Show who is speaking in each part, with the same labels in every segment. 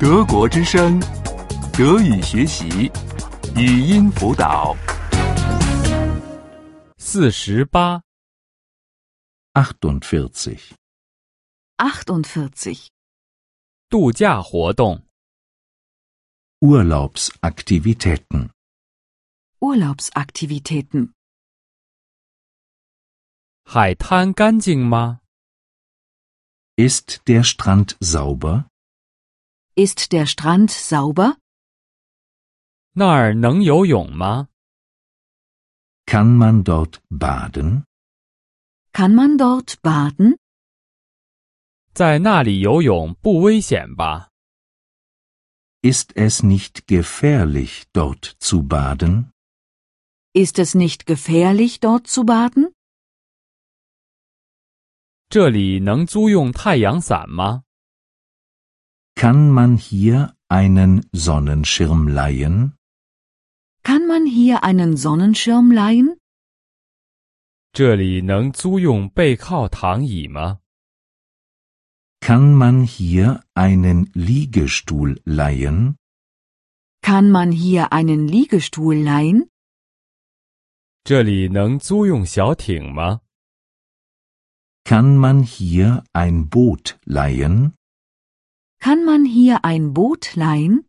Speaker 1: 德国之声，德语学习，语音辅导。
Speaker 2: 四十八，
Speaker 3: 48.
Speaker 4: 48.
Speaker 2: 度假活动。
Speaker 3: Urlaubsaktivitäten.
Speaker 4: Urlaubsaktivitäten.
Speaker 2: 海滩干净吗？
Speaker 3: Ist der Strand sauber?
Speaker 4: Ist der Strand sauber?
Speaker 2: 那儿能游泳吗？
Speaker 3: Kann man dort baden?
Speaker 4: Kann man dort baden?
Speaker 2: 在那里游泳不危险吧？
Speaker 3: Ist es nicht gefährlich, dort zu baden?
Speaker 4: Ist es nicht gefährlich, dort zu baden?
Speaker 2: 这里能租用太阳伞吗？
Speaker 3: Kann man hier einen Sonnenschirm leihen?
Speaker 4: Kann man hier einen Sonnenschirm leihen?
Speaker 2: 这里能租用背靠躺椅吗？
Speaker 3: Kann man hier einen Liegestuhl leihen?
Speaker 4: Kann man hier einen Liegestuhl leihen?
Speaker 2: 这里能租用小艇吗？
Speaker 3: Kann man hier ein Boot leihen?
Speaker 4: Kann man hier ein Boot leihen?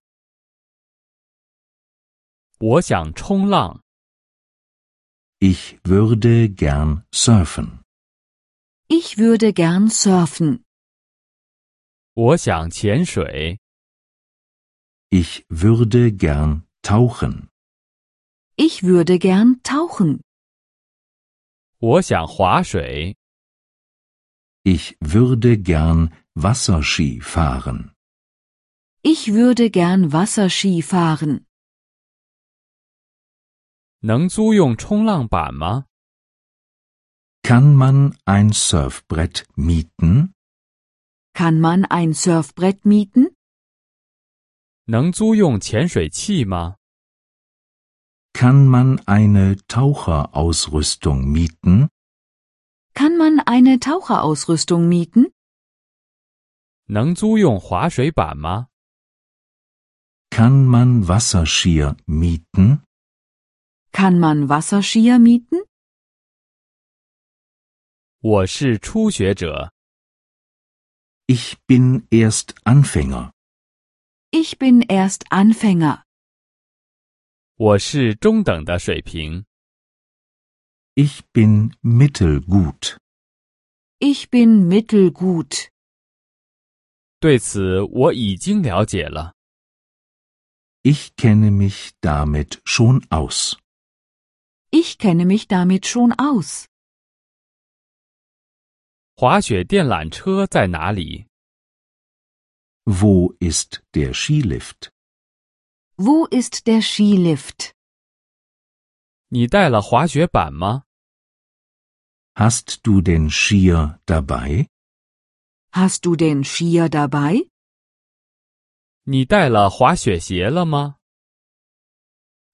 Speaker 2: 我想冲浪。
Speaker 3: Ich würde gern surfen.
Speaker 4: Ich würde gern surfen.
Speaker 2: 我想潜水。
Speaker 3: Ich würde gern tauchen.
Speaker 4: Ich würde gern tauchen.
Speaker 2: 我想划水。
Speaker 3: Ich würde gern Wasserski fahren.
Speaker 4: Ich würde gern Wasserski fahren.
Speaker 2: 能租用冲浪板吗？
Speaker 3: Kann man ein Surfbrett mieten?
Speaker 4: Kann man ein Surfbrett mieten?
Speaker 2: 能租用潜水器吗？
Speaker 3: Kann man eine Taucherausrüstung mieten?
Speaker 4: Kann man eine Taucherausrüstung mieten?
Speaker 2: 能租用滑水板吗？
Speaker 3: Kann man Wasserskier mieten?
Speaker 4: Kann man Wasserskier mieten?
Speaker 2: 我是初学者，
Speaker 3: Ich bin erst Anfänger.
Speaker 4: Ich bin erst Anfänger.
Speaker 2: 我是中等的水平。
Speaker 3: Ich bin mittelgut.
Speaker 4: Ich bin mittelgut.
Speaker 2: 对此我已经了解了。
Speaker 3: Ich kenne mich damit schon aus.
Speaker 4: Ich kenne mich damit schon aus.
Speaker 2: 滑雪电缆车在哪里？
Speaker 3: Wo ist der Skilift?
Speaker 4: Wo ist der Skilift?
Speaker 2: 你带了滑雪板吗？
Speaker 3: Hast du den Skier dabei?
Speaker 4: Hast du den Skier dabei?
Speaker 2: 你带了滑雪鞋了吗？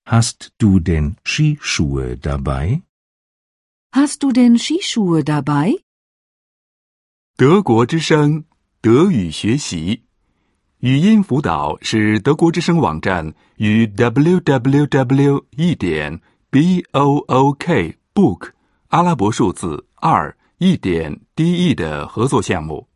Speaker 3: Hast du den Skischuhe dabei?
Speaker 4: Hast du denn Skischuhe dabei?
Speaker 1: 德国之声，德语学习，语音辅导是德国之声网站与 www. 一点 b o o k book 阿拉伯数字二一点 d e 的合作项目。